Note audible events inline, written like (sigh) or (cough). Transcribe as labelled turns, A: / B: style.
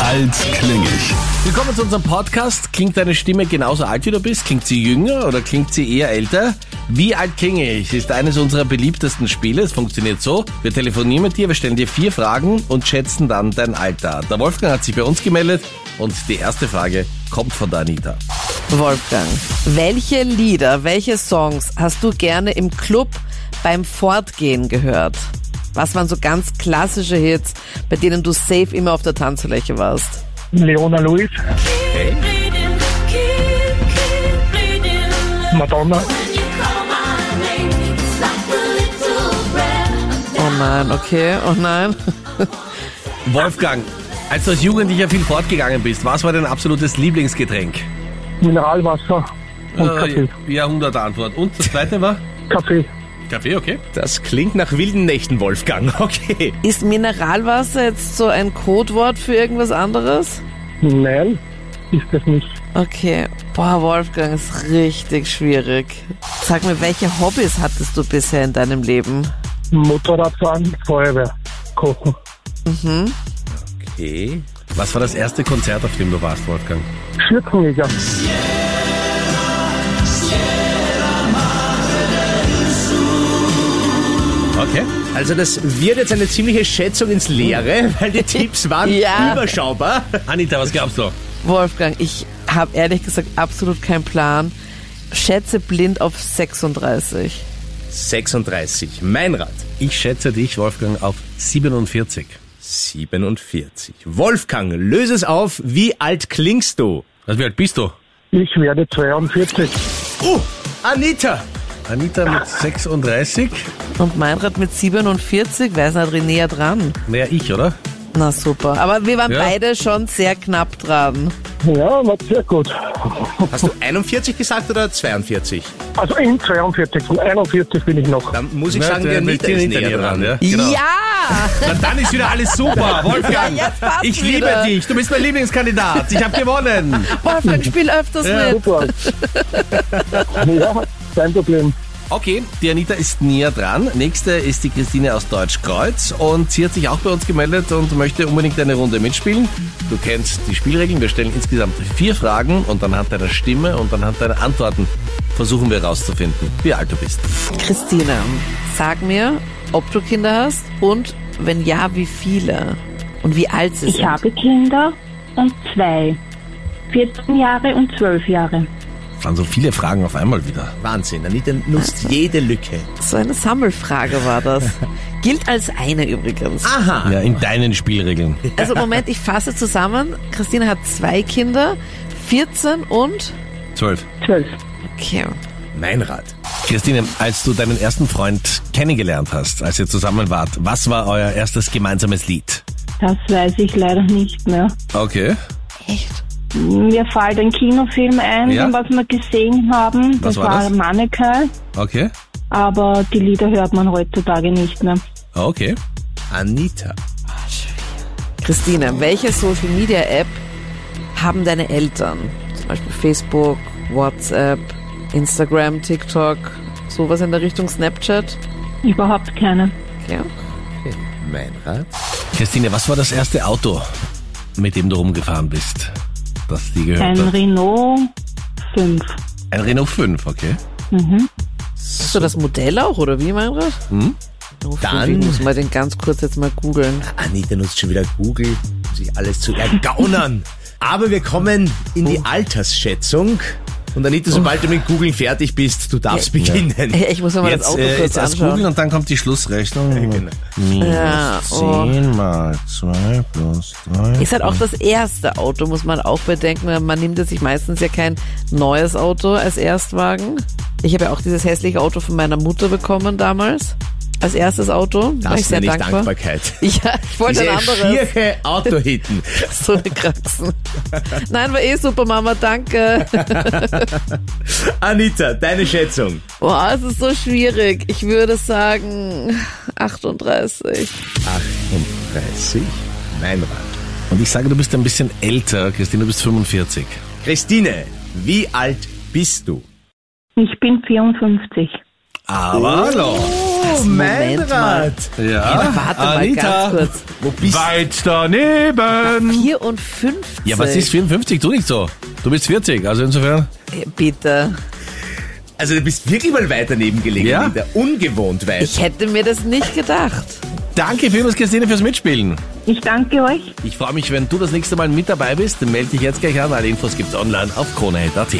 A: Alt klinge ich.
B: Willkommen zu unserem Podcast. Klingt deine Stimme genauso alt wie du bist? Klingt sie jünger oder klingt sie eher älter? Wie alt klinge ich? Ist eines unserer beliebtesten Spiele. Es funktioniert so. Wir telefonieren mit dir, wir stellen dir vier Fragen und schätzen dann dein Alter. Der Wolfgang hat sich bei uns gemeldet und die erste Frage kommt von der Anita.
C: Wolfgang, welche Lieder, welche Songs hast du gerne im Club beim Fortgehen gehört? Was waren so ganz klassische Hits, bei denen du safe immer auf der Tanzfläche warst?
D: Leona Lewis,
E: bleeding, keep, keep bleeding.
D: Madonna,
E: When you call my name, it's like a little breath.
C: Oh nein, okay, oh nein.
B: Wolfgang, als du als Jugendlicher viel fortgegangen bist, was war dein absolutes Lieblingsgetränk?
D: Mineralwasser und Kaffee.
B: Ah, ja, 100 Antwort. Und das zweite war?
D: Kaffee.
B: Kaffee, okay.
F: Das klingt nach wilden Nächten, Wolfgang. (laughs) Okay.
C: Ist Mineralwasser jetzt so ein Codewort für irgendwas anderes?
D: Nein, ist das nicht.
C: Okay, boah, Wolfgang ist richtig schwierig. Sag mir, welche Hobbys hattest du bisher in deinem Leben?
D: Motorradfahren, Feuerwehr, Kochen.
F: Okay.
B: Was war das erste Konzert, auf dem du warst, Wolfgang?
D: Schürzenjäger,
B: Okay.
F: Also das wird jetzt eine ziemliche Schätzung ins Leere, (laughs) weil die Tipps waren
C: Ja.
F: überschaubar.
B: Anita, was glaubst du?
C: Wolfgang, ich habe ehrlich gesagt absolut keinen Plan. Schätze blind auf 36.
F: 36. Mein Rat.
B: Ich schätze dich, Wolfgang, auf 47.
F: 47. Wolfgang, löse es auf. Wie alt klingst du?
B: Also wie alt bist du?
D: ich werde 42.
F: Oh, Anita.
B: Anita mit 36.
C: Und Meinrad mit 47, wer ist denn da näher dran?
B: Naja, ich, oder?
C: Na super. Aber wir waren
B: Ja.
C: beide schon sehr knapp dran.
D: Ja, war sehr gut.
F: Hast du 41 gesagt oder 42?
D: Also in 42, von 41 bin ich noch.
F: Dann muss ich
B: Na,
F: sagen, die
B: der mit
F: Anita
B: dir
F: ist
B: hinter
F: näher
B: dir
F: dran.
B: ja? Genau. (laughs)
C: Ja!
B: Na, dann ist wieder alles (laughs) super, Wolfgang.
C: Ja, jetzt passt
B: ich liebe
C: wieder.
B: dich. Du bist mein Lieblingskandidat. Ich habe gewonnen.
C: Wolfgang, spiel öfters mit.
D: Super. ja, kein Problem.
B: (laughs) Okay, die Anita ist näher dran. Nächste ist die Christine aus Deutschkreuz und sie hat sich auch bei uns gemeldet und möchte unbedingt eine Runde mitspielen. Du kennst die Spielregeln. Wir stellen insgesamt vier Fragen und anhand deiner Stimme und anhand deiner Antworten versuchen wir herauszufinden, wie alt du bist.
C: Christina, sag mir, ob du Kinder hast und wenn ja, wie viele? Und wie alt sie
G: Ich
C: sind.
G: habe Kinder und zwei. 14 Jahre und 12 Jahre.
B: Das waren so viele Fragen auf einmal wieder.
F: Wahnsinn, Anita nutzt jede Lücke.
C: So eine Sammelfrage war das. Gilt als eine übrigens.
F: Aha.
B: Ja, in deinen Spielregeln.
C: Also Moment, ich fasse zusammen. Christine hat zwei Kinder, 14 und...
B: Zwölf.
G: 12.
C: Okay.
F: Mein Rat.
B: Christine, als du deinen ersten Freund kennengelernt hast, als ihr zusammen wart, was war euer erstes gemeinsames Lied?
G: Das weiß ich leider nicht mehr.
B: Okay.
C: Echt?
G: Mir fällt ein Kinofilm ein,
B: Ja.
G: den was wir gesehen haben.
B: Was
G: das
B: war das?
G: Mannequin.
B: Okay.
G: Aber die Lieder hört man heutzutage nicht mehr.
B: Okay.
F: Anita.
C: Christine, welche Social Media App haben deine Eltern? Zum Beispiel Facebook, WhatsApp, Instagram, TikTok, sowas in der Richtung Snapchat?
G: Überhaupt keine.
C: Ja.
F: Mein Rat.
B: Christine, was war das erste Auto, mit dem du rumgefahren bist? Das die gehört
G: Ein
B: hat?
G: Renault 5.
B: Ein Renault 5, okay.
C: Hast du das Modell auch, oder wie, Meinrad? Hm? Oh,
F: Dann-
C: Ich muss mal den ganz kurz jetzt mal googeln.
F: Anita nutzt schon wieder Google, um sich alles zu
C: (laughs)
F: ergaunern. Aber wir kommen in
C: Oh.
F: die Altersschätzung. Und Anita, sobald du mit Googeln fertig bist, du darfst beginnen.
C: Hey, Oh. (laughs) Ich muss mir mal das Auto
B: äh,
C: kurz
B: jetzt erst
C: anschauen.
B: googeln und dann kommt die Schlussrechnung.
F: genau.
B: Minus
C: Ja, oh.
B: 10 mal 2 plus 3.
C: Ist halt auch das erste Auto, muss man auch bedenken. Man nimmt ja sich meistens ja kein neues Auto als Erstwagen. Ich habe ja auch dieses hässliche Auto von meiner Mutter bekommen damals. Als erstes Auto. war ich
F: Das
C: sehr
F: nenne ich
C: dankbar.
F: Dankbarkeit.
C: (laughs) Ja, ich wollte
F: Diese
C: ein (laughs) anderes.
F: schiere
C: (laughs)
F: Autohitten.
C: So eine Kraxen. Nein, war eh super, Mama, danke.
F: Anita, deine Schätzung.
C: Boah, es ist so schwierig. Ich würde sagen 38.
F: 38. Mein Rat.
B: Und ich sage, du bist ein bisschen älter, Christine, du bist 45.
F: Christine, wie alt bist du?
G: Ich bin 54.
B: Aber hallo.
F: Oh, mein
C: Moment mal.
F: Rat.
B: Ja.
C: Warte
B: Anita.
C: mal ganz kurz.
F: Wo bist
B: Weit daneben.
C: 54.
B: Ja, was ist 54? Du nicht so. Du bist 40, also insofern.
C: Bitte.
F: Also du bist wirklich mal weit daneben gelegen,
B: Ja.
F: Anita. Ungewohnt weit.
C: Ich hätte mir das nicht gedacht.
B: Danke vielmals, Christine, fürs Mitspielen.
G: Ich danke euch.
B: Ich freue mich, wenn du das nächste Mal mit dabei bist. Melde dich jetzt gleich an. Alle Infos gibt's online auf kronehit.at.